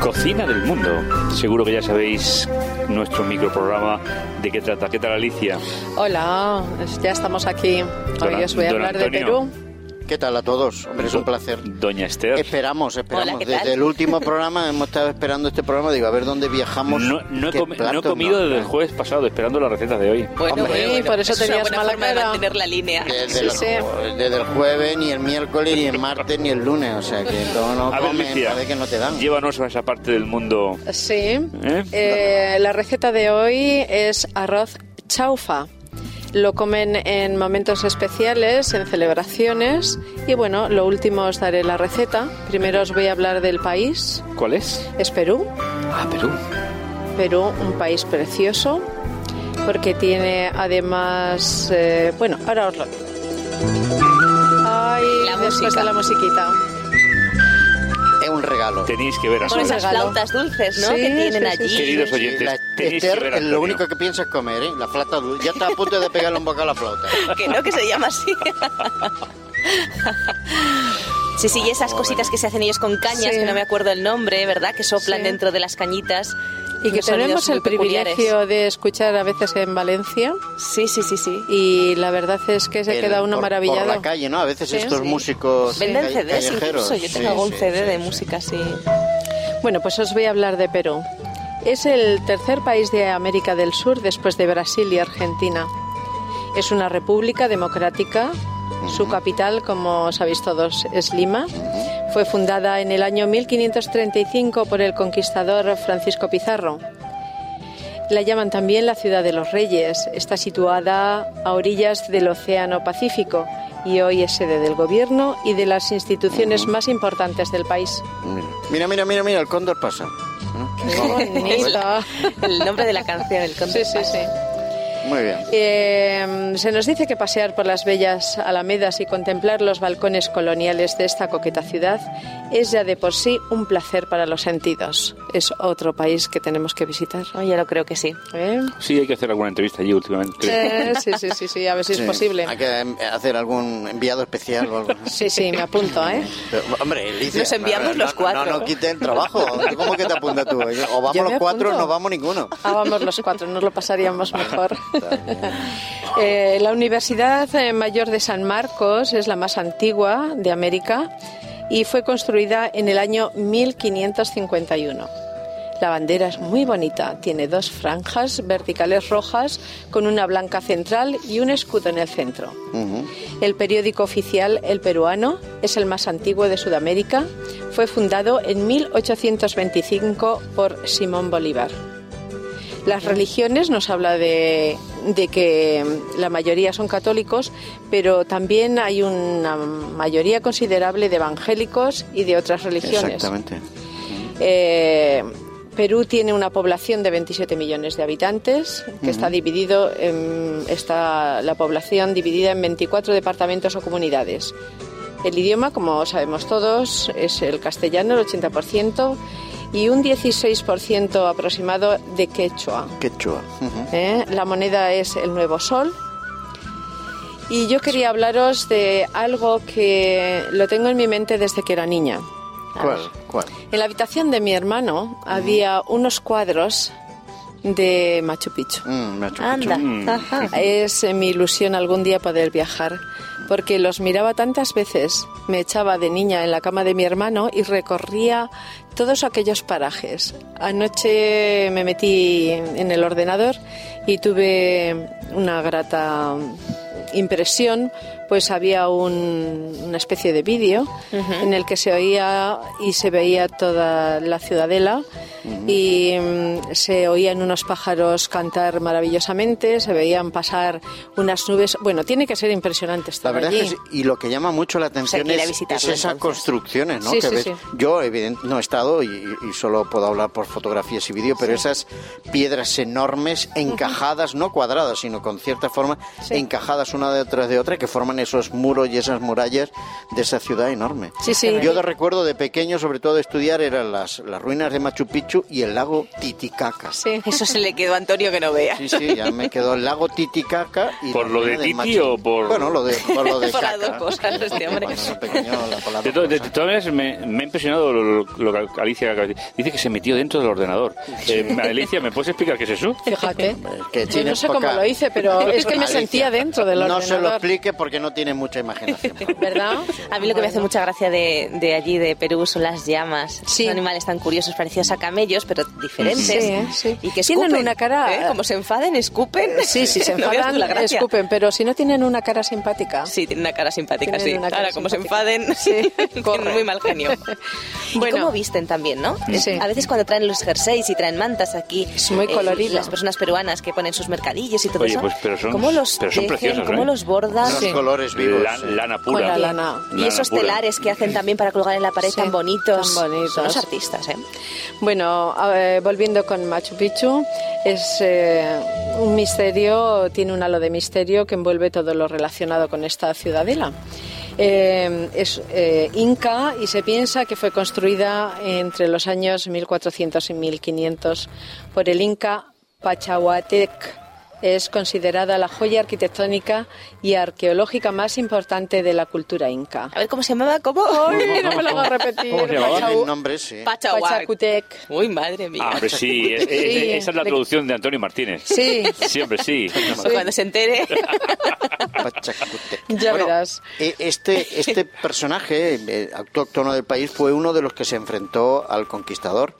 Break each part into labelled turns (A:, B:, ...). A: cocina del mundo. Seguro que ya sabéis nuestro microprograma de qué trata. ¿Qué tal, Alicia?
B: Hola, ya estamos aquí.
A: Don-
B: Hoy os voy a
A: don
B: hablar de
A: Antonio.
B: Perú.
C: ¿Qué tal a todos? Hombre, es un placer.
A: Doña Esther.
C: Esperamos, esperamos.
D: Hola, ¿qué tal?
C: Desde el último programa hemos estado esperando este programa. Digo, a ver dónde viajamos.
A: No, no he
C: qué
A: comi- no he
C: platos
A: comido
C: nos
A: desde el
C: traen.
A: jueves pasado, esperando las recetas de hoy.
D: Bueno,
C: Hombre.
D: bueno,
B: Sí,
D: bueno.
B: por eso
D: es una
B: tenías
D: buena
B: mala
D: forma
B: cara.
D: de mantener la línea.
C: Desde,
B: Sí,
C: el,
B: sí.
C: ju- desde el jueves, ni el miércoles, ni el martes, ni el lunes. O sea, que no, no
A: A ver,
C: comen,
A: Alicia,
C: parece que no te dan.
A: llévanos a esa parte del mundo.
B: Sí.
A: ¿Eh?
B: Eh, la receta de hoy es arroz chaufa. Lo comen en momentos especiales, en celebraciones. Y bueno, lo último os daré la receta. Primero os voy a hablar del país.
A: ¿Cuál es?
B: Es Perú.
A: Ah, Perú.
B: Perú, un país precioso, porque tiene además. eh, bueno, ahora os lo digo. Ay,
D: La
B: después
D: música.
B: de la musiquita.
C: Es un regalo.
A: Tenéis que ver a
D: Con
A: Soles.
D: esas
B: regalo.
D: flautas dulces, ¿no?
B: Sí,
D: que tienen
B: sí, sí,
D: allí.
B: sí.
A: Queridos oyentes,
C: La-
A: tenéis que ver
C: Esther,
A: a
C: es lo
A: Antonio.
C: único que piensa es comer, ¿eh? La flauta dulce. Ya está a punto de pegarle un bocado a la flauta.
D: Que no, que se llama así. Sí, sí, y esas cositas que se hacen ellos con cañas,
B: Oh, Sí.
D: que no me acuerdo el nombre, ¿verdad? Que soplan
B: Sí.
D: dentro de las cañitas.
B: Y que
D: Unos sonidos
B: tenemos
D: muy
B: el
D: peculiares.
B: privilegio de escuchar a veces en Valencia,
D: Sí, sí, sí, sí.
B: y la verdad es que se
C: El-
B: queda uno
C: por-
B: maravillado.
C: Por la calle, ¿no? A veces
B: Sí,
C: estos
B: sí.
C: músicos
D: Venden
C: calle-
D: CDs
C: callejeros.
D: incluso. Yo tengo
C: Sí,
D: algún
C: sí,
D: CD
C: sí,
D: de
C: sí.
D: música, sí.
B: Bueno, pues os voy a hablar de Perú. Es el tercer país de América del Sur después de Brasil y Argentina. Es una república democrática. Su capital, como sabéis todos, es Lima. Fue fundada en el año 1535 por el conquistador Francisco Pizarro. La llaman también la ciudad de los reyes. Está situada a orillas del Océano Pacífico y hoy es sede del gobierno y de las instituciones más importantes del país.
C: Mira, mira, mira, mira, el cóndor pasa.
B: Qué
C: Vamos,
B: bonita.
D: El nombre de la canción, el conde
B: Sí, sí, sí.
C: Muy bien.
B: Eh, se nos dice que pasear por las bellas alamedas y contemplar los balcones coloniales de esta coqueta ciudad es ya de por sí un placer para los sentidos. Es otro país que tenemos que visitar.
D: Oh, ya lo creo que sí.
B: ¿eh?
A: Sí, hay que hacer alguna entrevista allí últimamente.
B: Eh, sí, sí, sí, sí, a ver si es
C: Sí.
B: posible.
C: Hay que em, hacer algún enviado especial o algo.
B: Sí, sí, me apunto, ¿eh?
C: Pero, hombre, Alicia,
D: Nos enviamos
C: no, no,
D: los cuatro.
C: No, no, quiten el trabajo. ¿Tú ¿Cómo que te apuntas tú? O
B: Yo
C: vamos
B: me
C: los cuatro o
B: apunto.
C: no vamos ninguno.
B: Ah, vamos los cuatro, nos lo pasaríamos mejor. Eh, la Universidad eh, Mayor de San Marcos es la más antigua de América y fue construida en el año 1551. La bandera es muy bonita, tiene dos franjas verticales rojas con una blanca central y un escudo en el centro.
C: Ujú.
B: El periódico oficial El Peruano es el más antiguo de Sudamérica. Fue fundado en 1825 por Simón Bolívar. Las religiones nos habla de, de que la mayoría son católicos, pero también hay una mayoría considerable de evangélicos y de otras religiones.
C: Exactamente.
B: Eh, Perú tiene una población de 27 millones de habitantes, que está dividido en- está la población dividida en 24 departamentos o comunidades. El idioma, como sabemos todos, es el castellano, el 80%, y un 16% aproximado de quechua.
C: Quechua. Ujú.
B: ¿eh? La moneda es el nuevo sol. Y yo quería hablaros de algo que lo tengo en mi mente desde que era niña.
C: ¿Cuál? ¿Cuál?
B: En la habitación de mi hermano había unos cuadros de Machu Picchu.
C: Mm, Machu Picchu.
D: Anda.
A: Mm.
D: Ajá.
B: Es eh, mi ilusión algún día poder viajar, porque los miraba tantas veces, me echaba de niña en la cama de mi hermano y recorría todos aquellos parajes. Anoche me metí en el ordenador y tuve una grata impresión, pues había un- una especie de vídeo en el que se oía y se veía toda la ciudadela y mm, se oían unos pájaros cantar maravillosamente, se veían pasar unas nubes. Bueno, tiene que ser impresionante
C: La
B: estar
C: verdad
B: allí.
C: es que sí, y lo que llama mucho la
B: Pues
C: atención
D: que ir a
C: es- es,
D: visitarlo,
C: esas
D: entonces.
C: construcciones, ¿no?
B: Sí,
C: que
B: sí,
C: ves.
B: sí.
C: Yo evident- no he estado y, y solo puedo hablar por fotografías y vídeo, pero esas piedras enormes encajadas, no cuadradas, sino con cierta forma,
B: Sí.
C: encajadas rodeadas una detrás de otra que forman esos muros y esas murallas de esa ciudad enorme.
B: Sí, sí.
C: Yo de recuerdo de pequeño, sobre todo de estudiar, eran las, las ruinas de Machu Picchu y el lago Titicaca.
B: Sí.
D: Eso se le quedó a Antonio que no vea.
C: Sí, sí, ya me quedó el lago Titicaca. Y
A: ¿Por
C: la
A: lo de
C: ruina
A: Titi
C: Machu-
A: o por-
C: Bueno, lo de, por lo de
D: Por las
C: caca.
D: dos cosas, este hombre.
C: Cuando era pequeño, la palabra
A: De, to- de-
C: cosa.
A: de todas maneras, me, me ha impresionado lo, lo- lo que Alicia acaba de decir. Dice que se metió dentro del ordenador. Eh, Alicia, ¿me puedes explicar qué es eso?
B: Fíjate.
C: Es Eh, que
B: Yo no
C: tienes
B: sé cómo
C: poca-
B: lo hice, pero es que me
C: Alicia,
B: sentía dentro del
C: No se lo
B: ordenador.
C: explique porque no tiene mucha imaginación.
B: ¿Verdad?
D: A mí lo que me hace
B: Bueno.
D: mucha gracia de, de allí, de Perú, son las llamas.
B: Sí.
D: Son animales tan curiosos, parecidos a camellos, pero diferentes.
B: Sí, ¿eh? Sí.
D: Y que
B: Tienen
D: escupen.
B: una cara-
D: ¿eh? Como se enfaden, escupen.
B: Sí, sí, se
D: No veas
B: enfadan,
D: tú la gracia.
B: escupen, pero si no tienen una cara simpática.
D: Sí, tienen una cara simpática,
B: Tienen
D: sí.
B: una cara
D: Ahora, como se enfaden,
B: simpática. Sí, corre.
D: tienen muy mal genio.
B: Bueno.
D: Y cómo visten también, ¿no?
B: Sí.
D: A veces cuando traen los jerseys y traen mantas aquí... eh,
B: Es muy colorido.
D: Las personas peruanas que ponen sus mercadillos y todo
A: Oye,
D: eso.
A: pues, pero son-
D: ¿Cómo los
A: pero son
D: tejen,
A: preciosos,
D: cómo
A: ¿eh?
D: los bordan?
C: Los
B: Ah, Sí.
C: colores vivos.
A: La-
C: sí.
A: Eh, lana
B: Con
A: pura.
B: la lana.
D: Y
A: Lana
D: esos
A: pura.
D: telares que hacen también para colgar en la pared
B: Sí,
D: tan bonitos.
B: tan bonitos.
D: Son los artistas, ¿eh?
B: Bueno, a ver, volviendo con Machu Picchu, es eh, un misterio, tiene un halo de misterio que envuelve todo lo relacionado con esta ciudadela. Eh, es eh, inca y se piensa que fue construida entre los años 1400 y 1500 por el inca Pachahuatec. Es considerada la joya arquitectónica y arqueológica más importante de la cultura inca.
D: A ver cómo se llamaba, ¿cómo?
B: no me lo hago repetir.
A: ¿Cómo se llamaba?
C: Tienen nombres, sí.
D: Pachahuac.
B: Pachacutec.
D: Uy, madre mía.
A: Ah, pero sí, es- es-
B: Sí.
A: esa es la traducción de Antonio Martínez.
B: Sí,
A: Siempre sí.
D: Pues Cuando se entere.
C: Pachacutec.
B: Ya verás.
C: eh, Este, este personaje eh, autóctono del país fue uno de los que se enfrentó al conquistador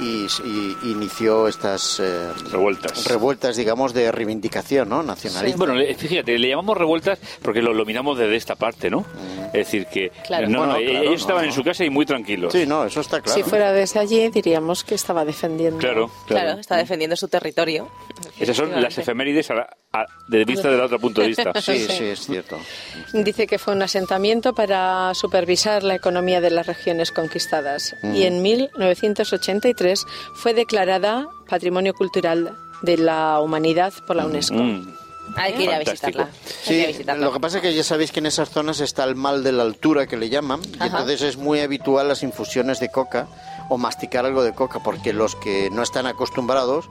C: y, y inició estas eh,
A: Revueltas.
C: revueltas, digamos, de reivindicación ¿no? nacionalista.
A: Bueno, le- fíjate, le llamamos revueltas porque lo, lo miramos desde esta parte, ¿no? Es decir, que
B: Claro.
A: no,
C: Bueno,
A: no, e-
C: claro,
A: ellos estaban
C: no.
A: en su casa y muy tranquilos.
C: Sí, no, eso está claro.
B: Si fuera desde allí, diríamos que estaba defendiendo.
A: Claro,
D: Claro, está defendiendo su territorio.
A: Esas son las
D: Efectivamente.
A: efemérides a la- a- desde vista del otro punto de vista.
C: Sí, sí, es cierto.
B: Dice que fue un asentamiento para supervisar la economía de las regiones conquistadas
C: Mm.
B: y en 1983 fue declarada Patrimonio Cultural de la Humanidad por la UNESCO.
A: Mm.
D: Hay que ir a
A: Fantástico.
D: visitarla. Hay que
C: Sí,
D: visitarla.
C: lo que pasa es que ya sabéis que en esas zonas está el mal de la altura que le llaman, y entonces es muy habitual las infusiones de coca o masticar algo de coca, porque los que no están acostumbrados,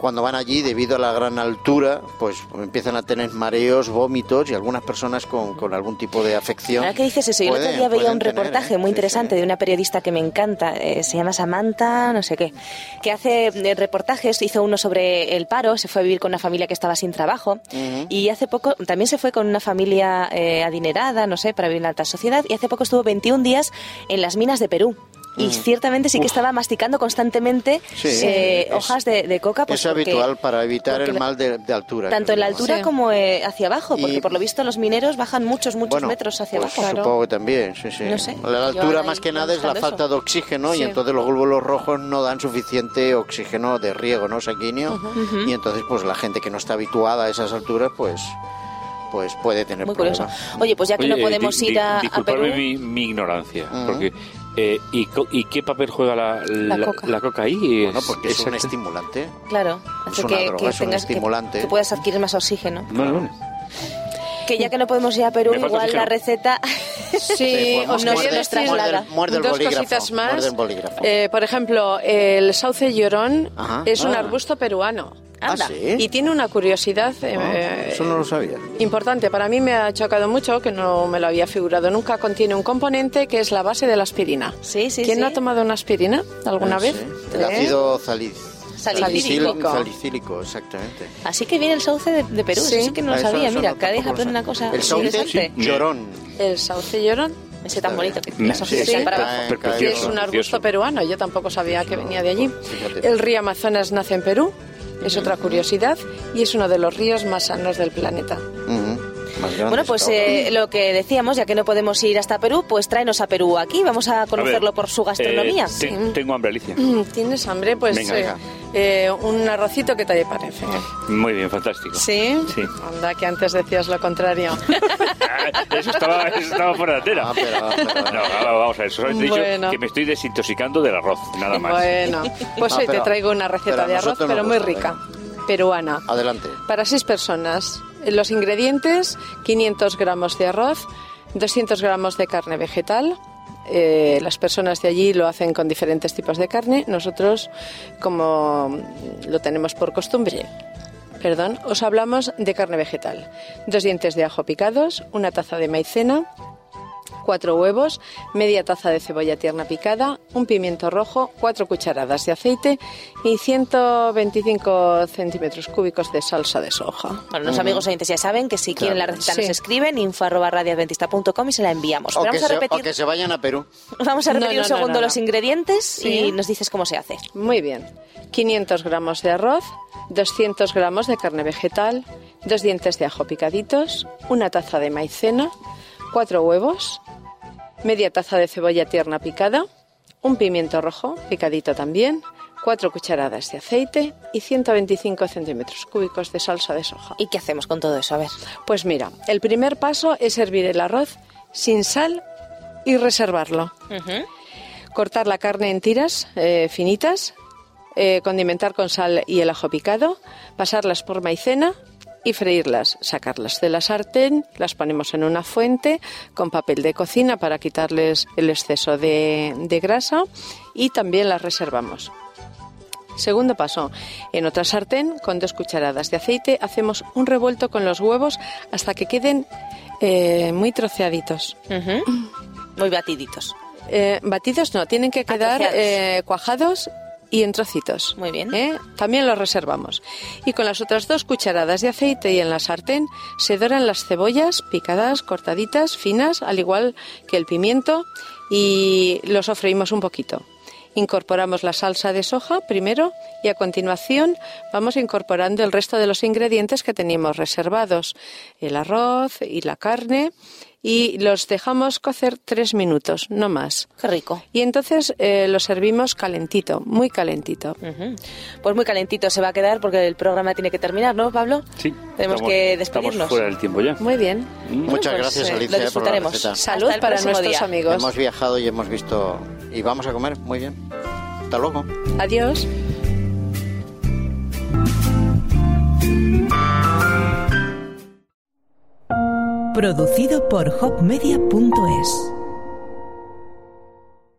C: cuando van allí debido a la gran altura, pues empiezan a tener mareos, vómitos y algunas personas con, con algún tipo de afección.
D: Ahora que dices eso, yo el otro
C: pueden-
D: día veía
C: pueden
D: un
C: tener,
D: reportaje
C: ¿eh?
D: muy
C: Sí, sí.
D: interesante de una periodista que me encanta, eh, se llama Samantha, no sé qué, que hace eh, reportajes, hizo uno sobre el paro, se fue a vivir con una familia que estaba sin trabajo y hace poco también se fue con una familia eh, adinerada, no sé, para vivir en la alta sociedad y hace poco estuvo 21 días en las minas de Perú. Y ciertamente sí que estaba masticando constantemente
C: Sí.
D: eh,
C: Es-
D: hojas de, de coca. pues,
C: es
D: porque-
C: habitual para evitar
D: porque
C: el
D: la-
C: mal de, de altura.
D: Tanto
C: que
D: en la
C: le llaman.
D: altura
B: Sí.
D: como eh, hacia abajo, porque
C: Y-
D: por lo visto los mineros bajan muchos, muchos
C: Bueno,
D: metros hacia
C: pues
D: abajo.
C: Supongo que también, sí, sí.
D: No sé.
C: La
D: Yo
C: altura
D: ahora
C: más que
D: iba
C: nada es la
D: buscando
C: falta de oxígeno y
B: Sí.
C: entonces los glóbulos rojos no dan suficiente oxígeno de riego, ¿no? Sanguíneo. Y entonces pues la gente que no está habituada a esas alturas pues pues puede tener
D: Muy
C: problemas.
D: curioso. Oye, pues ya que
A: Oye,
D: no
A: eh,
D: podemos
A: di-
D: ir a,
A: di-
D: a Perú,
A: disculpadme mi, mi ignorancia, porque eh, ¿y, co- y qué papel juega la, la,
B: coca.
A: la ahí?
C: Bueno, porque es un
A: Exacto.
C: estimulante.
D: claro,
C: Es
D: hace
C: una
D: que,
C: droga,
D: que
C: es un
D: tengas que-
C: estimulante.
D: que puedas adquirir más oxígeno.
A: Bueno, bueno.
D: Que ya que no podemos ir a Perú,
A: Me falta
D: igual
A: oxígeno.
D: la receta.
B: Sí,
C: Sí, pues,
B: os
D: muerde-
B: quería
D: muerde-
B: decir
D: muerde el-
C: muerde el
B: dos
C: bolígrafo,
B: cositas
C: muerde
B: más.
C: el bolígrafo.
B: Eh, por ejemplo, el sauce llorón
C: Ajá.
B: es un
C: Ah.
B: arbusto peruano
D: Anda.
C: Ah, sí.
B: y tiene una curiosidad
C: Ah,
B: eh,
C: Eso no lo sabía.
B: importante. Para mí me ha chocado mucho que no me lo había figurado nunca. Contiene un componente que es la base de la aspirina.
D: Sí, sí,
B: ¿Quién
D: sí.
B: no ha tomado una aspirina alguna
C: Ah,
B: vez?
C: sí. El
B: ¿Eh?
C: ácido salic-
D: Salicílico.
C: salicil- Salicílico, exactamente.
D: Así que viene el sauce de, de Perú,
B: Sí.
D: eso sí que no
C: Ah,
D: lo
C: eso-
D: sabía.
C: eso
D: Mira,
C: no,
D: cada día
C: tampoco lo
D: aprende una
C: sabía.
D: cosa
C: El sauce
D: interesante.
A: sí.
C: llorón.
B: ¿Eh? El sauce llorón
D: Ese tan bonito que
A: Me-
D: las
A: Mm. sí,
D: hojitas
B: sí.
D: están para
C: Está
D: abajo.
C: en-
A: Pero
C: cae-
A: precioso.
B: es un
A: precioso.
B: arbusto peruano, yo tampoco sabía que venía de allí.
C: Fíjate.
B: El río Amazonas nace en Perú, es otra curiosidad y es uno de los ríos más sanos del planeta.
C: Ujú. Más grande
D: Bueno, pues
C: está.
D: eh, lo que decíamos, ya que no podemos ir hasta Perú, pues tráenos a Perú aquí. Vamos a
A: A ver,
D: conocerlo por su
A: eh,
D: gastronomía.
A: te- Tengo hambre, Alicia.
B: Mm, ¿Tienes hambre? Pues
A: Venga,
B: eh, eh, un arrocito que te parece.
A: Muy bien, fantástico.
B: ¿Sí?
A: Sí.
B: Anda, que antes decías lo contrario.
A: Ah, Eso estaba, eso estaba fuera de tela.
C: Ah, pero- pero-
A: No, ahora vamos a ver, solamente he
B: Bueno.
A: dicho que me estoy desintoxicando del arroz, nada más.
B: Bueno, pues
C: Ah,
B: hoy
C: pero-
B: te traigo una
C: pero
B: receta
C: a
B: de arroz,
C: nosotros nos
B: pero muy
C: gusta,
B: rica, peruana.
D: Pues
C: Adelante.
B: Para seis personas, Los ingredientes, 500 gramos de arroz, 200 gramos de carne vegetal. Eh, las personas de allí lo hacen con diferentes tipos de carne. Nosotros, como lo tenemos por costumbre, perdón, os hablamos de carne vegetal. Dos dientes de ajo picados, una taza de maicena, cuatro huevos, media taza de cebolla tierna picada, un pimiento rojo, cuatro cucharadas de aceite y 125 centímetros cúbicos de salsa de soja.
D: Bueno, los amigos oyentes ya saben que si quieren la receta
B: Sí.
D: nos escriben info arroba radioadventista.com y se la enviamos.
C: O
D: Pero
C: que,
D: vamos, a
C: se,
D: repetir,
C: o que se vayan a Perú.
D: vamos a
B: No,
D: repetir
B: no,
D: un
B: no,
D: segundo
B: no, no.
D: los ingredientes y
B: Sí.
D: nos dices cómo se hace.
B: Muy bien. 500 gramos de arroz, 200 gramos de carne vegetal, dos dientes de ajo picaditos, una taza de maicena, cuatro huevos, media taza de cebolla tierna picada, un pimiento rojo picadito también, cuatro cucharadas de aceite y 125 centímetros cúbicos de salsa de soja.
D: ¿Y qué hacemos con todo eso? A ver.
B: Pues mira, el primer paso es hervir el arroz sin sal y reservarlo. Cortar la carne en tiras eh, finitas, eh, condimentar con sal y el ajo picado, pasarlas por maicena y freírlas, sacarlas de la sartén, las ponemos en una fuente con papel de cocina para quitarles el exceso de- de grasa y también las reservamos. Segundo paso, en otra sartén con dos cucharadas de aceite hacemos un revuelto con los huevos hasta que queden eh, muy troceaditos.
D: Muy batiditos.
B: Eh, batidos no, tienen que quedar
D: troceados.
B: eh, cuajados y en trocitos.
D: Muy bien.
B: ¿eh? También los reservamos. Y con las otras dos cucharadas de aceite y en la sartén se doran las cebollas picadas, cortaditas, finas, al igual que el pimiento, y lo sofreímos un poquito. Incorporamos la salsa de soja primero y a continuación vamos incorporando el resto de los ingredientes que teníamos reservados, el arroz y la carne, y los dejamos cocer tres minutos, no más.
D: Qué rico.
B: Y entonces eh, lo servimos calentito, muy calentito.
D: Ujú. Pues muy calentito se va a quedar porque el programa tiene que terminar, ¿no, Pablo?
A: Sí.
D: Tenemos
A: estamos-
D: que
A: Estamos
D: despedirnos.
A: fuera del tiempo ya.
B: Muy bien.
C: Muchas
D: pues,
C: gracias,
D: eh,
C: Alicia,
D: lo
C: por la
D: disfrutaremos.
C: receta.
D: Hasta
B: Salud
D: el
B: para
D: próximo
B: nuestros
D: día.
B: amigos.
C: Hemos viajado y hemos visto. Y vamos a comer. Muy bien. Hasta luego.
B: Adiós.
E: Producido por hopmedia.es